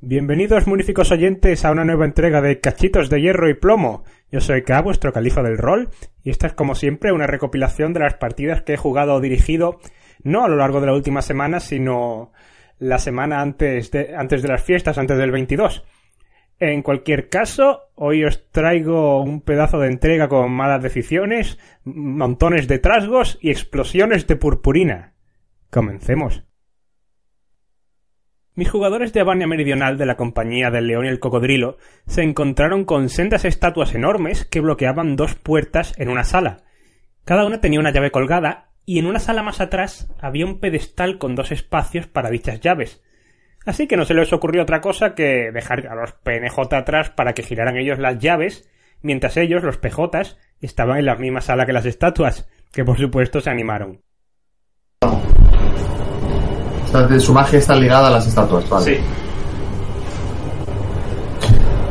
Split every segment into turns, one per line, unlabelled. Bienvenidos, muníficos oyentes, a una nueva entrega de Cachitos de Hierro y Plomo. Yo soy K, vuestro califa del rol, y esta es como siempre una recopilación de las partidas que he jugado o dirigido, no a lo largo de la última semana, sino la semana antes de, antes de las fiestas, antes del 22. En cualquier caso, hoy os traigo un pedazo de entrega con malas decisiones, montones de trasgos y explosiones de purpurina. Comencemos. Mis jugadores de Habana Meridional de la Compañía del León y el Cocodrilo se encontraron con sendas estatuas enormes que bloqueaban dos puertas en una sala. Cada una tenía una llave colgada y en una sala más atrás había un pedestal con dos espacios para dichas llaves. Así que no se les ocurrió otra cosa que dejar a los PNJ atrás para que giraran ellos las llaves, mientras ellos, los PJs, estaban en la misma sala que las estatuas, que por supuesto se animaron.
Esta, su magia está ligada a las estatuas, ¿vale?
Sí.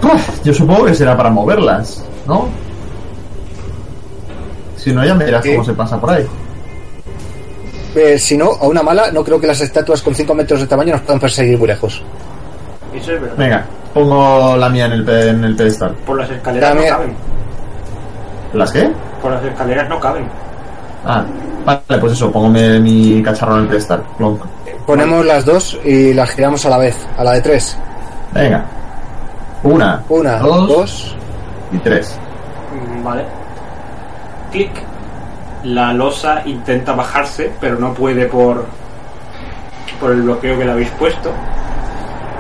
Uf, yo supongo que será para moverlas, ¿no? Si no, ya me dirás
¿Qué?
cómo se pasa por ahí.
Eh, si no, a una mala, no creo que las estatuas con 5 metros de tamaño nos puedan perseguir muy lejos.
Eso es verdad.
Venga, pongo la mía en el, pe- en el pedestal.
Por las escaleras
Dame-
¿Las qué?
Por las escaleras no caben.
Ah, vale, pues eso, pongo mi, mi cacharro en el pedestal. Clonk.
Ponemos las dos y las giramos a la vez, a la de tres.
Venga. Una,
Una,
dos,
dos,
y tres.
Mm, Vale. Clic. La losa intenta bajarse, pero no puede por por el bloqueo que le habéis puesto.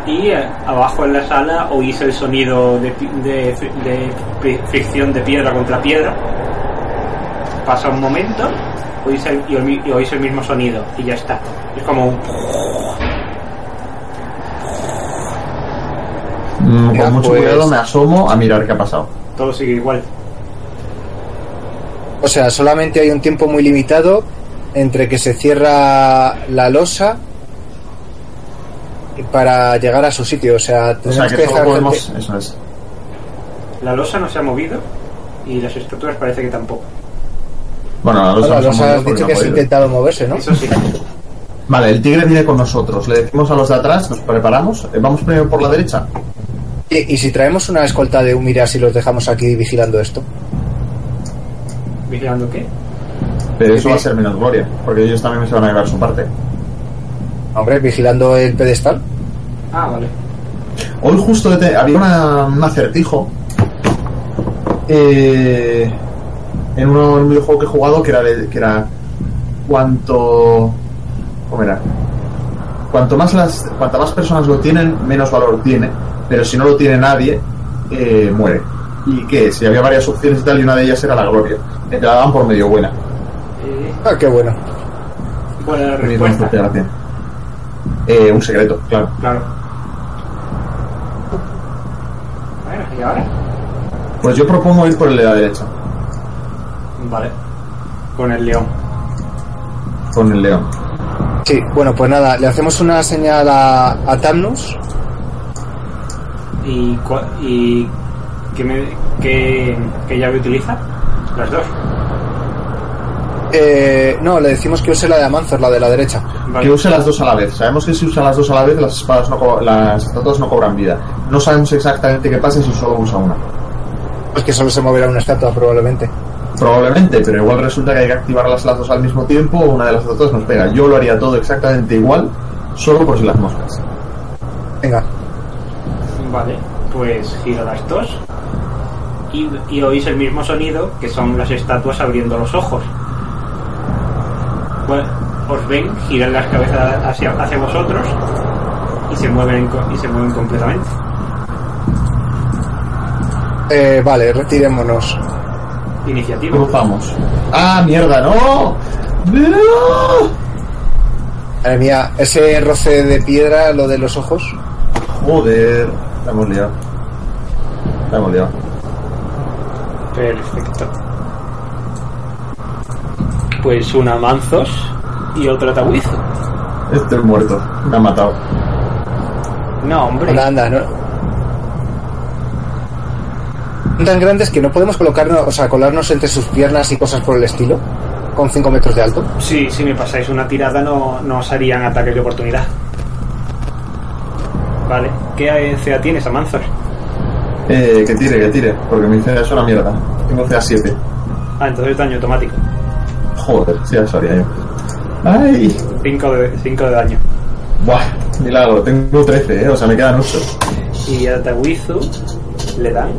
Y eh, abajo en la sala oís el sonido de, pi- de, fi- de pi- fricción de piedra contra piedra. Pasa un momento oís el- y, oí- y oís el mismo sonido y ya está. Es como un...
Mm,
Venga,
con mucho
pues-
cuidado me asomo a mirar qué ha pasado.
Todo sigue igual.
O sea, solamente hay un tiempo muy limitado entre que se cierra la losa y para llegar a su sitio. O sea,
O
tenemos
sea
que,
que solo
dejar
podemos...
gente-
Eso es.
La losa no se ha movido y las estructuras parece que tampoco.
Bueno, la losa
Ahora,
nos ha
losa
movido
has
porque
dicho
no
que
ha
has
podido.
intentado moverse, ¿no?
Eso sí.
Vale, el tigre viene con nosotros. Le decimos a los de atrás, nos preparamos. Eh, Vamos primero por la derecha.
Y, y si traemos una escolta de humiras y los dejamos aquí vigilando esto.
¿Vigilando qué?
Pero
Sí,
eso va a
sí.
ser menos gloria, porque ellos también se van a llevar su parte.
Hombre, vigilando el pedestal.
Ah, vale.
Hoy justo dete- había una- un acertijo eh, en uno- en un videojuego que he jugado que era, de- que era cuanto ¿cómo era? cuanto más las cuanta más personas lo tienen menos valor tiene pero si no lo tiene nadie eh, muere y qué si había varias opciones y tal y una de ellas era la gloria Eh, te la daban por medio buena
Eh,
Ah, qué bueno.
¿Cuál es la
Medio buena
respuesta?
gracia. Eh, un secreto claro
Claro. Bueno, ¿y ahora?
pues yo propongo ir por el de la derecha
Vale. Con el león.
con el león
Sí, bueno, pues nada, le hacemos una señal a, a Tamnus.
¿Y, cua- y qué, me- qué- qué llave utiliza? Las dos.
Eh, no, le decimos que use la de Amanzor, la de la derecha.
Que
Vale.
use las dos a la vez. Sabemos que si usan las dos a la vez, las espadas no co- las estatuas no cobran vida. No sabemos exactamente qué pasa si solo usa una.
Pues que solo se moverá una estatua probablemente.
Probablemente, pero igual resulta que hay que activar las lazos al mismo tiempo o una de las estatuas nos pega. Yo lo haría todo exactamente igual, solo por si las moscas.
Venga,
Vale. Pues giro las dos. Y, y oís el mismo sonido que son las estatuas abriendo los ojos. Bueno, os ven, giran las cabezas hacia, hacia vosotros y se mueven co- y se mueven completamente.
eh, vale, retirémonos.
Iniciativa.
Cruzamos. ¡Ah, mierda, no! ¡No!
Madre mía, ese roce de piedra, lo de los ojos.
Joder, la hemos liado. La hemos liado.
Perfecto. Pues una manzos y otra tabuizo.
Estoy Este muerto, me ha matado.
No, hombre.
Anda, anda, ¿no? Son tan grandes que no podemos colocarnos, o sea, colarnos entre sus piernas y cosas por el estilo, con 5 metros de alto.
Sí, si me pasáis una tirada no, no os harían ataques de oportunidad. Vale. ¿Qué ACA tienes, Amanzos?
Eh, que tire, que tire, porque mi CA es una mierda. Tengo CA 7.
Ah, entonces daño automático.
Joder, sí, eso haría yo. ¡Ay!
5 de, cinco de daño.
Buah, milagro, tengo 13, ¿eh? o sea, me quedan 8.
Y a Tawizu le dan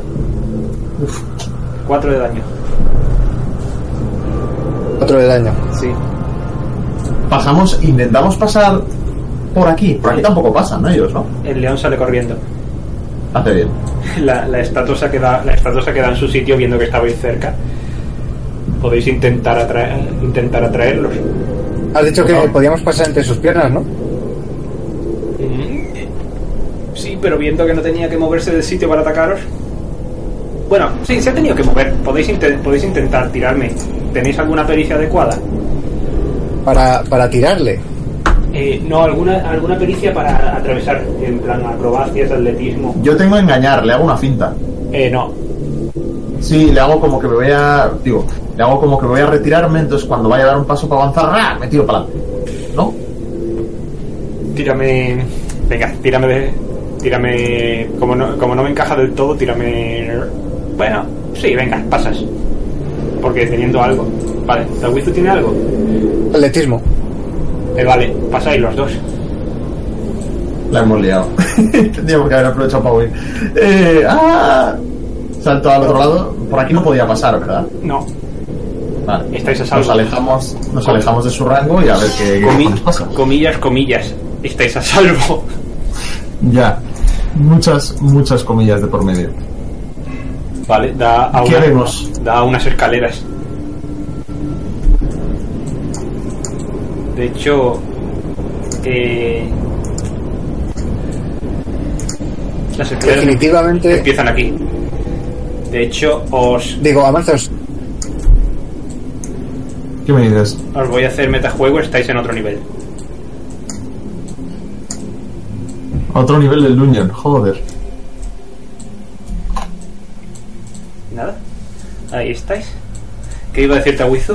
4 de daño.
4 de daño.
Sí.
Pasamos, intentamos pasar por aquí. Por aquí tampoco pasan, ¿no? Ellos, ¿no?
El león sale corriendo.
Hace bien.
La, la estatua se queda, la estatua se queda en su sitio viendo que estabais cerca. Podéis intentar, atraer, intentar atraerlos.
Has dicho que
Por favor.
podíamos pasar entre sus piernas, ¿no?
Mm. Sí, pero viendo que no tenía que moverse del sitio para atacaros. Bueno, sí, se ha tenido que mover. Podéis, inte- podéis intentar tirarme. ¿Tenéis alguna pericia adecuada?
Para, para tirarle.
Eh, no, alguna, alguna pericia para atravesar. En plan, acrobacias, atletismo.
Yo tengo que engañar, le hago una finta.
Eh, no.
Sí, le hago como que me voy a. Digo, le hago como que me voy a retirarme, entonces cuando vaya a dar un paso para avanzar, ¡ra! me tiro para adelante. ¿No?
Tírame. Venga, tírame de. Tírame. Como no, como no me encaja del todo, tírame. Bueno, sí, venga, pasas. Porque teniendo algo. Vale, ¿Tawizu tiene algo?
Atletismo.
Eh, vale, pasáis los dos.
La hemos liado. Tendríamos que haber aprovechado para huir. Eh, ¡ah! Salto al otro lado. Por aquí no podía pasar, ¿verdad?
No.
Vale.
Estáis a salvo.
Nos alejamos, nos alejamos de su rango y a ver qué, qué
Comi-
cojones pasa.
comillas, comillas. Estáis a salvo.
Ya. Muchas, muchas comillas de por medio.
Vale, da a,
¿Qué
una-
haremos?
da a unas escaleras. De hecho, eh, las escaleras
Definitivamente.
empiezan aquí. De hecho, os,
Digo, avanzos.
¿Qué me dices?
os voy a hacer metajuego, estáis en otro nivel.
Otro nivel del Union, joder.
Nada, ahí estáis. ¿Qué iba a decirte a Wizu?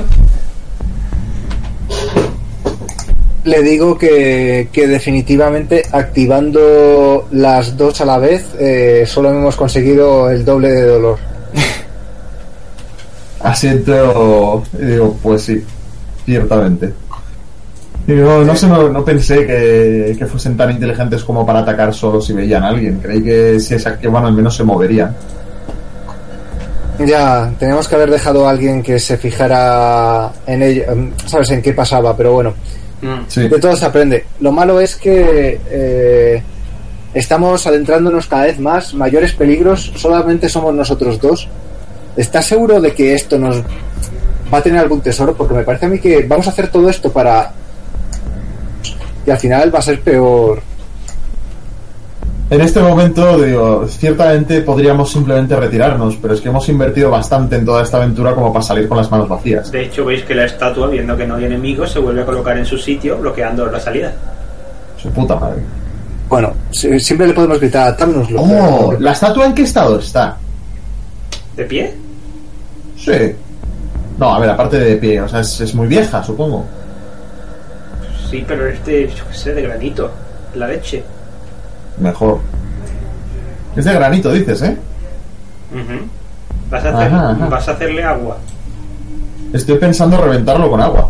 Le digo que, que definitivamente activando las dos a la vez eh, solo hemos conseguido el doble de dolor.
Asiento y digo, pues sí, ciertamente. Digo, no sé, no, no pensé que, que fuesen tan inteligentes como para atacar solo si veían a alguien. Creí que si es que bueno, al menos se moverían.
Ya, tenemos que haber dejado a alguien que se fijara en ello, em, sabes en qué pasaba, pero bueno,
Sí.
de todo se aprende. Lo malo es que eh, estamos adentrándonos cada vez más, mayores peligros, solamente somos nosotros dos. ¿Estás seguro de que esto nos va a tener algún tesoro? Porque me parece a mí que vamos a hacer todo esto para... Y al final va a ser peor.
En este momento, digo, ciertamente podríamos simplemente retirarnos, pero es que hemos invertido bastante en toda esta aventura como para salir con las manos vacías.
De hecho, veis que la estatua, viendo que no hay enemigos, se vuelve a colocar en su sitio, bloqueando la salida.
Su puta madre.
Bueno, si- siempre le podemos gritar, atárnoslo.
¡Oh! ¿La estatua en qué estado está?
¿De pie?
Sí. No, a ver, aparte de pie, o sea, es, es muy vieja, supongo.
Sí, pero este, yo qué sé, de granito. La leche.
Mejor. Es de granito, dices, ¿eh?
Ujú. vas, a hacer-
Ajá, ajá.
vas a hacerle agua.
Estoy pensando reventarlo con agua.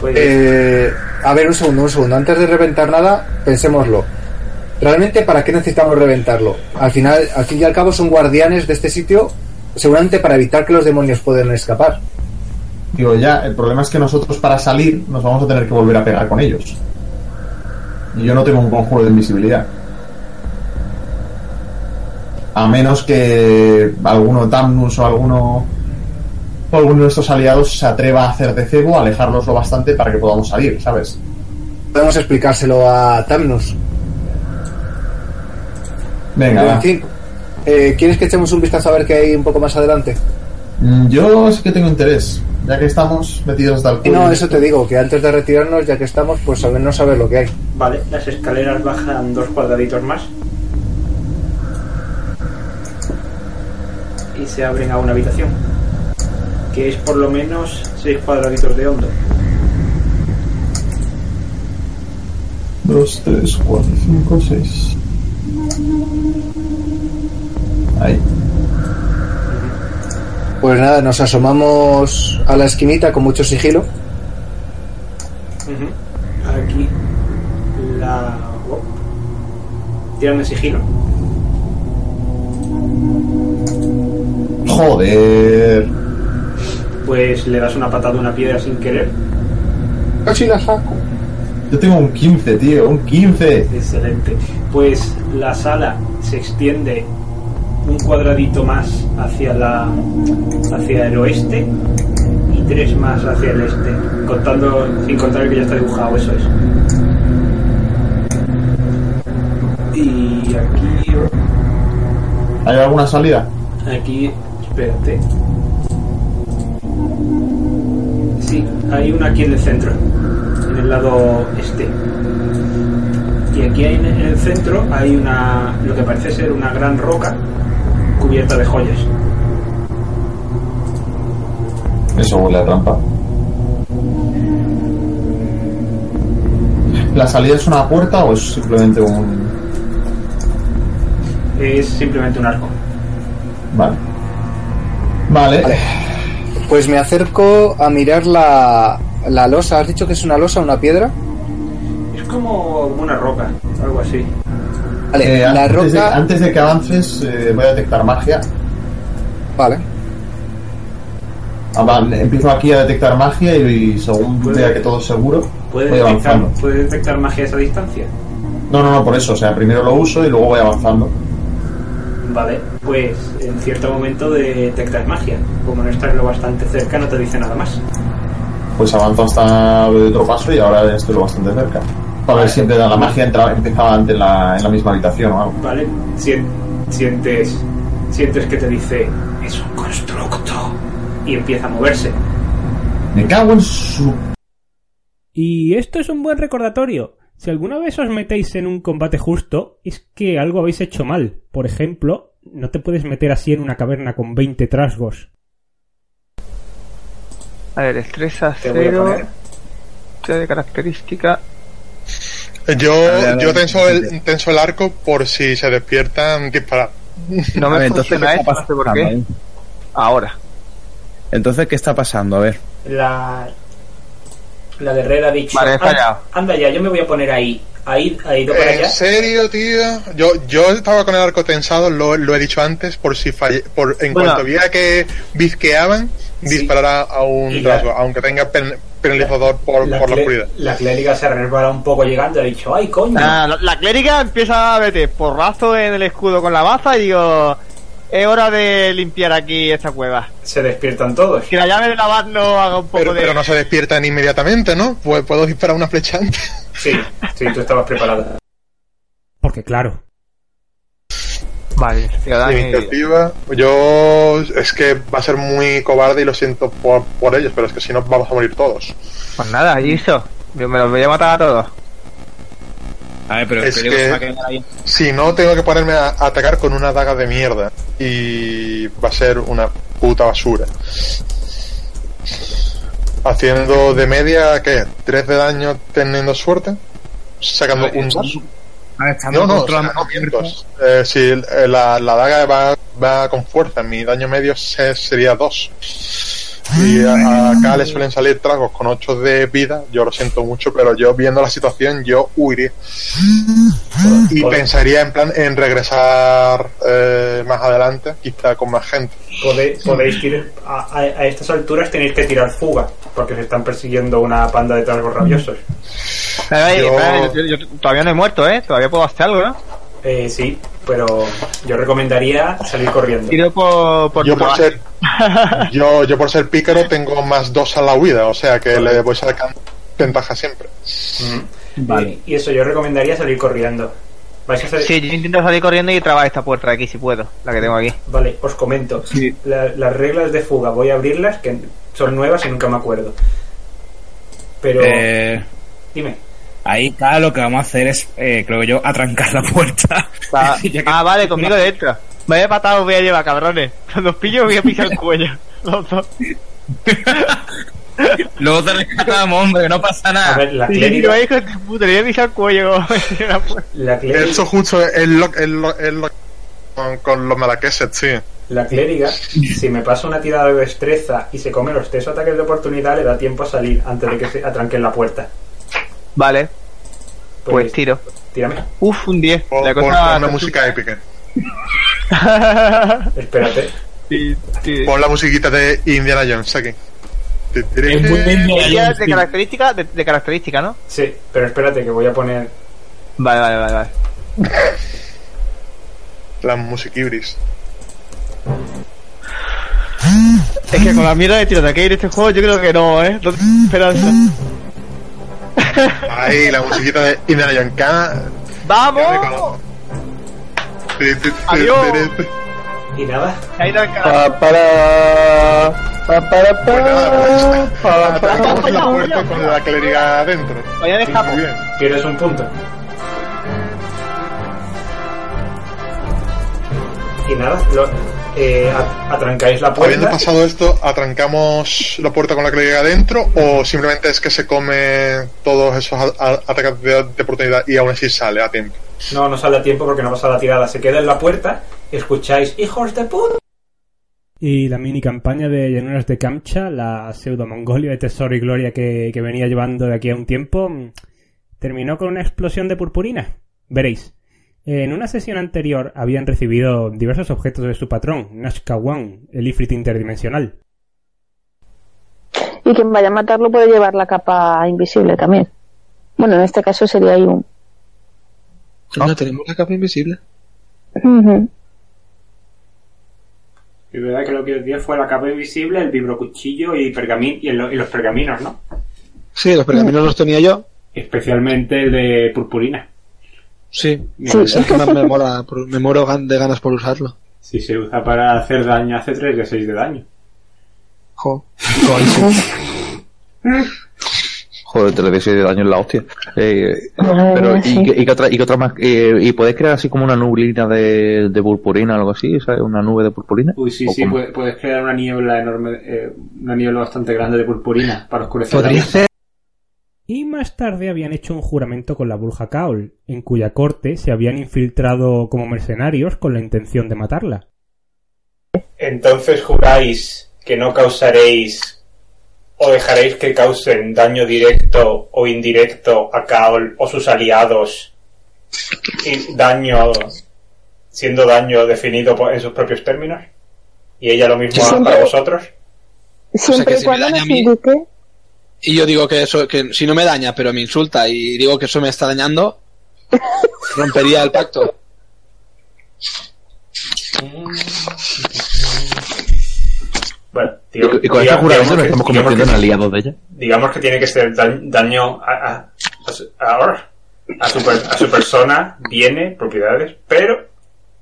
Pues,
Eh, a ver, un segundo, un segundo. Antes de reventar nada, pensémoslo. ¿Realmente para qué necesitamos reventarlo? Al final, al fin y al cabo, son guardianes de este sitio, seguramente para evitar que los demonios puedan escapar.
Digo, ya, el problema es que nosotros para salir nos vamos a tener que volver a pegar con ellos. Y yo no tengo un conjuro de invisibilidad. A menos que alguno Tamnus o alguno o alguno de nuestros aliados se atreva a hacer de cebo, alejarnos lo bastante para que podamos salir, ¿sabes?
Podemos explicárselo a Tamnus.
Venga,
Pero,
va.
en fin, eh, ¿quieres que echemos un vistazo a ver qué hay un poco más adelante?
Mm, Yo sí que tengo interés, ya que estamos metidos hasta el
Y
culo.
no, eso te digo, que antes de retirarnos, ya que estamos, pues al menos saber lo que hay.
Vale, las escaleras bajan dos cuadraditos más. Y se abren a una habitación. Que es por lo menos seis cuadraditos de hondo.
Dos, tres, cuatro, cinco, seis. Ahí.
Pues nada, nos asomamos a la esquinita con mucho sigilo.
Ujú. Aquí la. oh. Tírame sigilo.
Joder.
Pues le das una patada a una piedra sin querer.
Casi la saco.
Yo tengo un 15, tío, un 15.
Excelente. Pues la sala se extiende un cuadradito más hacia la hacia el oeste y tres más hacia el este, contando sin contar el que ya está dibujado, eso es. Y aquí
¿Hay alguna salida?
aquí espérate. Sí, hay una aquí en el centro, en el lado este. Y aquí hay- en el centro hay una, lo que parece ser una gran roca cubierta de joyas.
Eso huele a trampa. ¿La salida es una puerta o es simplemente un.?
Es simplemente un arco.
Vale. Vale.
Vale. Pues me acerco a mirar la, la losa. ¿Has dicho que es una losa, una piedra?
Es como una roca, algo así.
Eh,
Vale, la
antes, de,
roca.
antes de que avances, eh, voy a detectar magia.
Vale.
Ah, vale, Empiezo aquí a detectar magia y, y según
Puede-
vea que todo es seguro,
¿Puede
voy
detectar,
avanzando.
puede detectar magia a esa distancia?
No, no, no, por eso. O sea, primero lo uso y luego voy avanzando.
Vale, pues en cierto momento detectas magia. Como no estás lo bastante cerca, no te dice nada más.
Pues avanzo hasta otro paso y ahora estoy lo bastante cerca. Para ver si en verdad la magia entra, empezaba antes en la, en la misma habitación o algo.
¿Vale? Sien- Sientes, sientes que te dice, es un constructo. Y empieza a moverse.
Me cago en su
Y esto es un buen recordatorio. Si alguna vez os metéis en un combate justo, es que algo habéis hecho mal. Por ejemplo, no te puedes meter así en una caverna con 20 trasgos.
A ver, destreza
Te voy a
0.
poner.
De característica.
Yo, yo tenso, el, tenso el arco por si se despiertan disparar.
No
A
me
ver, entonces, ¿qué
funciona
está
eso, no sé por
Ah,
pasando,
qué.
eh?
Ahora.
Entonces, ¿qué está pasando? A ver.
La, la de Red ha dicho,
Vale, he
"An-
fallado".
anda ya, yo me voy a poner ahí. Ahí, ha ido para allá.
¿En serio, tío? Yo, yo estaba con el arco tensado, lo, lo he dicho antes, por si falle, por en
Bueno.
cuanto viera que visqueaban,
Sí.
disparará a
Y
un
la-
rasgo, aunque tenga pen- penalizador por por la
clé-
oscuridad.
la clériga se resbala un poco llegando y ha dicho, ay, coño.
Ah, la, la clériga empieza a meter porrazo en el escudo con la baza y digo, es hora de limpiar aquí esta cueva.
Se despiertan todos.
Que la llave de la baza no haga un poco
Pero,
de...
pero no se despiertan inmediatamente, ¿no? Pues puedo disparar una flecha antes.
Sí, sí, tú estabas preparada.
Porque claro,
Vale,
Ah,
Mi iniciativa, yo es que va a ser muy cobarde y lo siento por, por ellos, pero es que si no vamos a morir todos.
Pues nada, y eso. Yo me los voy a matar a todos.
A ver, pero el
Es
peligro
que-
se va a quedar ahí.
Si no, tengo que ponerme a a atacar con una daga de mierda y va a ser una puta basura. Haciendo de media, ¿qué? ¿Tres de daño teniendo suerte? Sacando un dos.
Ahora estamos
Ah, No, no,
controlando
sacando mientos. Eh, sí, eh, la, la daga va, va con fuerza. Mi daño medio se- sería 2. Y a- acá le suelen salir tragos con 8 de vida. Yo lo siento mucho, pero yo viendo la situación, yo huiría. Y
Joder.
pensaría en plan en regresar eh, más adelante, quizá con más gente.
Pode- podéis ir a, a- a estas alturas tenéis que tirar fuga, porque se están persiguiendo una panda de trasgos rabiosos.
Espera, ahí,
Yo-
espera, yo... yo- yo todavía no he muerto, ¿eh? Todavía puedo hacer algo, ¿no?
Eh, sí, pero yo recomendaría salir corriendo.
Tiro por... por
Yo
la
por,
baza.
ser, yo, yo por ser pícaro tengo más 2 a la huida, o sea que le voy sacando ventaja siempre.
Y- Y eso yo recomendaría salir corriendo.
Vais a hacer...
Sí, yo intento salir corriendo y trabar esta puerta de aquí si puedo, la que tengo aquí.
Vale, os comento.
Sí.
La- las reglas de fuga, voy a abrirlas, que son nuevas y nunca me acuerdo. Pero,
Eh,
dime.
ahí, claro, lo que vamos a hacer es, eh, creo yo, atrancar la puerta.
Va-
Ya que-
Ah, vale, conmigo dentro. Vaya patada os voy a llevar, cabrones. Cuando os pillo os voy a pisar el cuello. Los dos.
Luego te rescatamos, hombre, no pasa
A
nada.
ver, la
Y ah, yo,
clériga...
hijo de puta, le voy a pisar el cuello. Era pu-
La clériga...
Eso justo es lo, es lo, es lo- con, con los malaqueses, sí.
La clériga, si me pasa una tirada de destreza y se come los tres ataques de oportunidad, le da tiempo a salir antes de que se atranquen la puerta.
vale, pues tiro.
Tírame.
Uf, un 10.
Por,
La
por
cosa...
una música épica.
Espérate.
Sí, sí.
Pon la musiquita de Indiana Jones aquí. Ti, ti, ti,
Es muy lindo.
Ya de característica, de, de característica, ¿no?
Sí, pero espérate que voy a poner.
Vale, vale, vale, vale.
La musiquibris.
Es que con la mierda de tiro de aquí en este juego yo creo que no, ¿eh? No tengo esperanza.
Ahí, la musiquita de Indiana Jones. Cada- cada
¡Vamos!
recado. Ti, ti, ti,
Adiós.
ti, ti.
Y nada,
Ahí no alcanza.
Pa, para, pa, para,
Pues nada,
Ah.
pa, pa, pa.
Atracamos la puerta con la clériga adentro.
Vaya de escapo.
Muy bien.
pierdes un punto. Y nada, lo- eh, at- atrancáis la
Habiendo
puerta.
pasado esto, ¿atrancamos la puerta con la clériga adentro o simplemente es que se come todos esos a- a- ataques de, de oportunidad y aún así sale a tiempo?
No, no sale a tiempo porque no pasa la tirada. Se queda en la puerta, escucháis, hijos de puta.
Y la mini campaña de Llanuras de Kamcha, la pseudo Mongolia de Tesoro y Gloria que, que venía llevando de aquí a un tiempo, mm, terminó con una explosión de purpurina. Veréis. En una sesión anterior habían recibido diversos objetos de su patrón, Nazca One, el ifrit interdimensional.
Y quien vaya a matarlo puede llevar la capa invisible también. Bueno, en este caso sería ahí un.
No tenemos la capa invisible.
Ujú.
Y verdad que lo que os di fue la capa invisible, el vibrocuchillo y, pergamin y, el- y los pergaminos, ¿no?
Sí, los pergaminos los tenía yo.
Especialmente el de purpurina.
Sí.
Sí.
Es el que más me mola. por- Me muero gan- de ganas por usarlo.
Si se usa para hacer daño, hace 3 de 6 de daño.
Jo.
Joder, te le de daño en la hostia. Eh,
Madre
pero,
mía,
¿y,
sí.
qué, y qué otra, y qué otra más? Eh, ¿Y podés crear así como una nublina de, de purpurina o algo así? ¿Sabes? ¿Una nube de purpurina?
Uy, sí,
¿O
sí,
cómo?
puede- puedes crear una niebla enorme, eh, una niebla bastante grande de purpurina para oscurecer la
Podría
luz.
hacer.
Y más tarde habían hecho un juramento con la bruja Kaol, en cuya corte se habían infiltrado como mercenarios con la intención de matarla.
Entonces juráis que no causaréis o dejaréis que causen daño directo o indirecto a Kaol o sus aliados y daño siendo daño definido por- en sus propios términos y ella lo mismo
Yo
haga
siempre-
para vosotros
Siempre
que si
y cuando
me daña
nos
a mí-
indique.
Y yo digo que eso, que si no me daña, pero me insulta y digo que eso me está dañando, rompería el pacto.
bueno
Y,
digo-
y con este
diga-
juramento nos
digamos
estamos
que- digamos
convirtiendo en
que-
aliados de ella.
digamos que tiene que ser da- daño a, a, a su- ahora, a su, per- a su persona, viene, propiedades, pero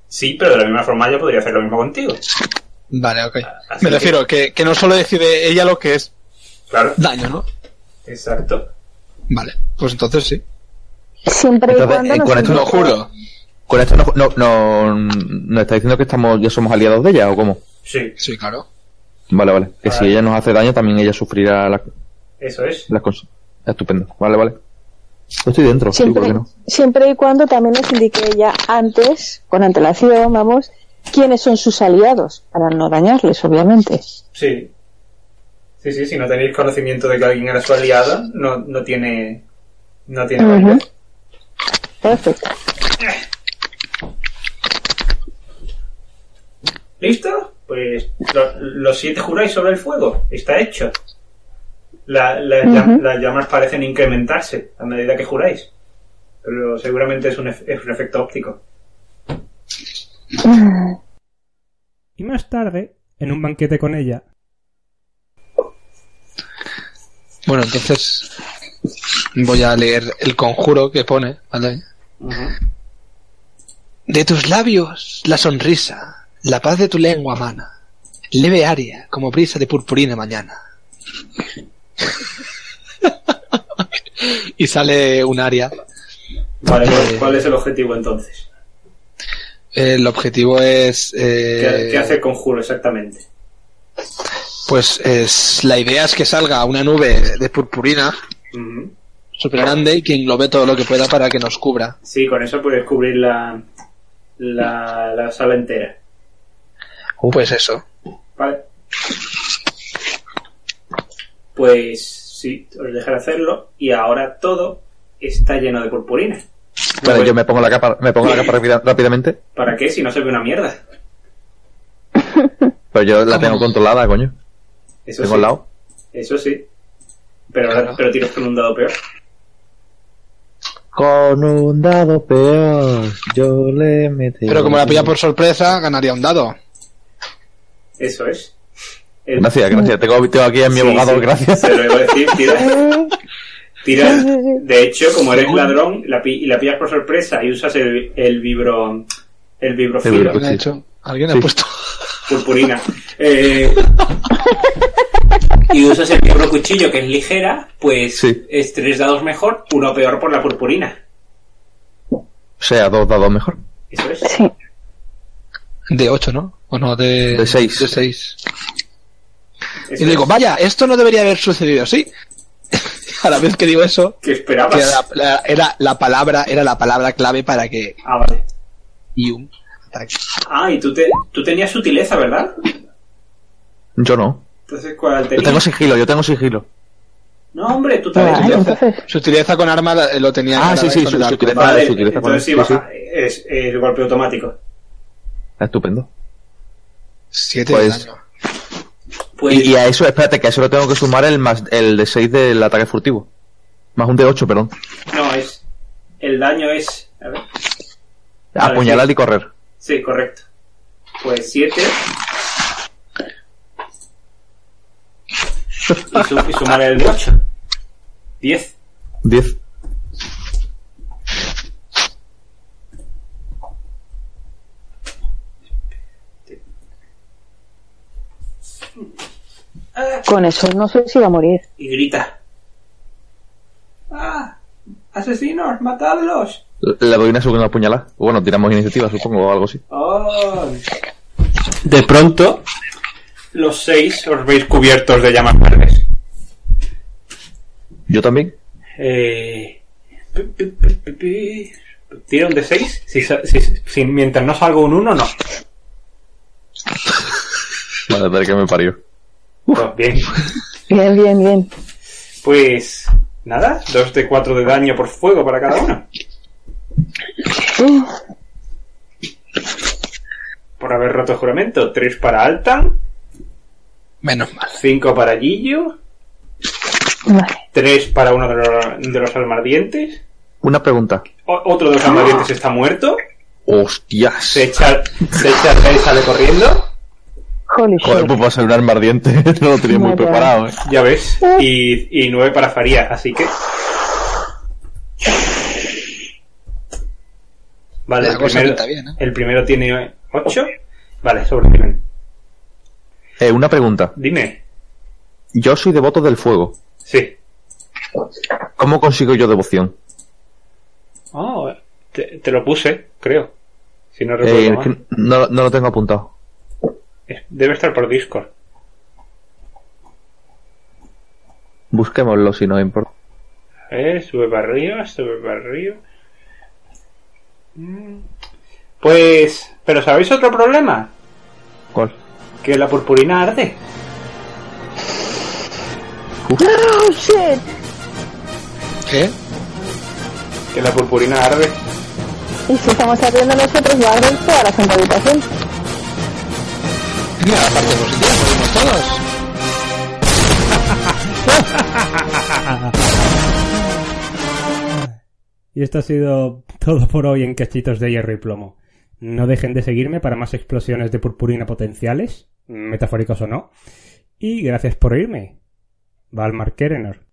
sí, pero de la misma forma yo podría hacer lo mismo contigo.
Vale, ok.
Así
Me
que-
refiero que, que no solo decide ella lo que es
Claro,
daño, ¿no?
exacto.
Vale, pues entonces sí.
Siempre
Entonces,
y cuando
eh,
nos
con esto
Te
indique.
lo juro.
Con esto no, no, no, nos está diciendo que estamos, ya somos aliados de ella o cómo?
Sí,
Sí, claro.
Vale, vale. Que si
Vale.
ella nos hace daño, también ella sufrirá las
eso es.
las cosas. Estupendo. Vale, vale. Yo estoy dentro, sí, ¿por
Siempre,
qué no?
siempre y cuando también nos indique ella antes, con antelación, vamos, quiénes son sus aliados, para no dañarles, obviamente.
Sí. Sí, sí, si no tenéis conocimiento de que alguien era su aliada, no, no tiene... No tiene
Ujú.
validez.
Perfecto.
¿Listo? Pues lo- los siete juráis sobre el fuego. Está hecho. La- la-
Ujú.
llam- Las llamas parecen incrementarse a medida que juráis. Pero seguramente es un, ef- es un efecto óptico.
Y más tarde, en un banquete con ella,
Bueno, entonces voy a leer el conjuro que pone, ¿vale? De tus labios la sonrisa, la paz de tu lengua mana, leve aria como brisa de purpurina mañana. y sale un aria.
Eh,
Vale, pues, ¿cuál es el objetivo entonces?
El objetivo es... eh,
¿Qué, qué hace el conjuro exactamente?
Pues es, la idea es que salga una nube de purpurina
Ujú.
super grande y que englobe todo lo que pueda para que nos cubra.
Sí, con eso puedes cubrir la, la, la sala entera.
pues eso.
Vale. Pues sí, os dejaré hacerlo y ahora todo está lleno de purpurina.
Vale, yo me pongo la capa, me pongo la capa rápida- rápidamente,
¿Para qué? Si no se ve una mierda.
pero yo la tengo controlada, coño.
Eso
tengo
sí.
al lado.
Eso sí. Pero, pero tiras con un dado peor.
Con un dado peor, yo le metí.
Pero como la pilla por sorpresa, ganaría un dado.
Eso es. El-
Gracias, gracias. Tengo, tengo aquí a mi
Sí,
abogado,
sí,
gracias.
Te lo iba a decir, tira. Tira. De hecho, como eres ladrón la pi- y la pillas por sorpresa y usas el, el vibro. El vibrofilo.
El vibro, sí.
Alguien
Sí.
ha puesto.
Purpurina. Eh, y usas el vibro cuchillo que es ligera, pues
Sí.
es tres dados mejor, uno peor por la purpurina.
O sea, dos dados mejor.
Eso es.
Sí.
De 8, ¿no? O no, de,
De seis.
De 6.
Eso
Y digo,
es.
vaya, esto no debería haber sucedido, ¿sí? A la vez que digo eso,
¿Qué
que era
esperabas?
la, la- era la palabra, era la palabra clave para que
Ah, vale.
Yum ataque.
Ah, y tú, te, tú tenías sutileza, ¿verdad?
Yo no.
Entonces, ¿cuál
Yo
tenías?
tengo sigilo, yo tengo sigilo.
No, hombre, tú
Ah,
también tenías
entonces,
Su utilidad con arma la- lo tenía.
Ah,
cada
sí,
vez
sí,
con
su-
el arco.
su utilidad.
Vale,
sí, utiliza con-
entonces sí
sí,
baja. Es, es golpe automático.
Estupendo.
Siete
Pues-
de daño.
Pues,
Y, y a eso, espérate, que a eso le tengo que sumar el más el de 6 del ataque furtivo. Más un de 8, perdón.
no, es. El daño es. A ver. Vale,
Apuñalar y correr.
Sí, correcto. Pues 7. Y, su- y sumar el 8. 10.
10.
con eso no sé si va a morir.
Y grita. ¡Ah! ¡Asesinos! ¡Matadlos!
Le doy una segunda apuñalada. Bueno, tiramos iniciativa, supongo, o algo así.
¡Oh!
De pronto,
Los seis os veis cubiertos de llamas verdes.
Yo también.
Eh... pi, pi, pi, pi, pi. ¿Tira un de 6? Si, sa- si- si- mientras no salga un 1, no.
Vale, ver que me parió.
Pues bien.
Bien, bien, bien.
Pues nada, 2 de 4 de daño por fuego para cada uno. Por haber roto juramento, 3 para Altan,
Menos mal.
5 para Gillo,
Vale.
3 para uno de los, de los almardientes,
Una pregunta.
O- otro de los almardientes está muerto,
¡Hostias!
se echa, se echa atrás y sale corriendo,
Holy
Joder,
shit.
pues va a ser un arma ardiente. no lo tenía muy
Vaya.
preparado, eh.
ya ves, y, y 9 para Faría, así que... Vale,
La
el
cosa
primero,
pinta bien, ¿eh?
el primero tiene 8, vale, sobreviven.
Eh, Una pregunta.
Dime.
Yo soy devoto del fuego.
Sí.
¿Cómo consigo yo devoción?
Oh, te, te lo puse, creo. Si no recuerdo
Eh, es
mal.
que no, no lo tengo apuntado.
Es- Debe estar por Discord.
Busquémoslo si no importa.
Eh, sube para arriba, sube para arriba. Mm. Pues... ¿Pero sabéis otro problema?
¿Cuál?
Que la purpurina arde.
Oh, shit.
¿Qué?
Que la purpurina arde.
Y si estamos abriendo nosotros, va a abrir toda la santa habitación.
Mira la parte positiva, morimos todos.
Y esto ha sido todo por hoy en Cachitos de Hierro y Plomo. No dejen de seguirme para más explosiones de purpurina potenciales, metafóricos o no. Y gracias por oírme. Valmar Kerenor.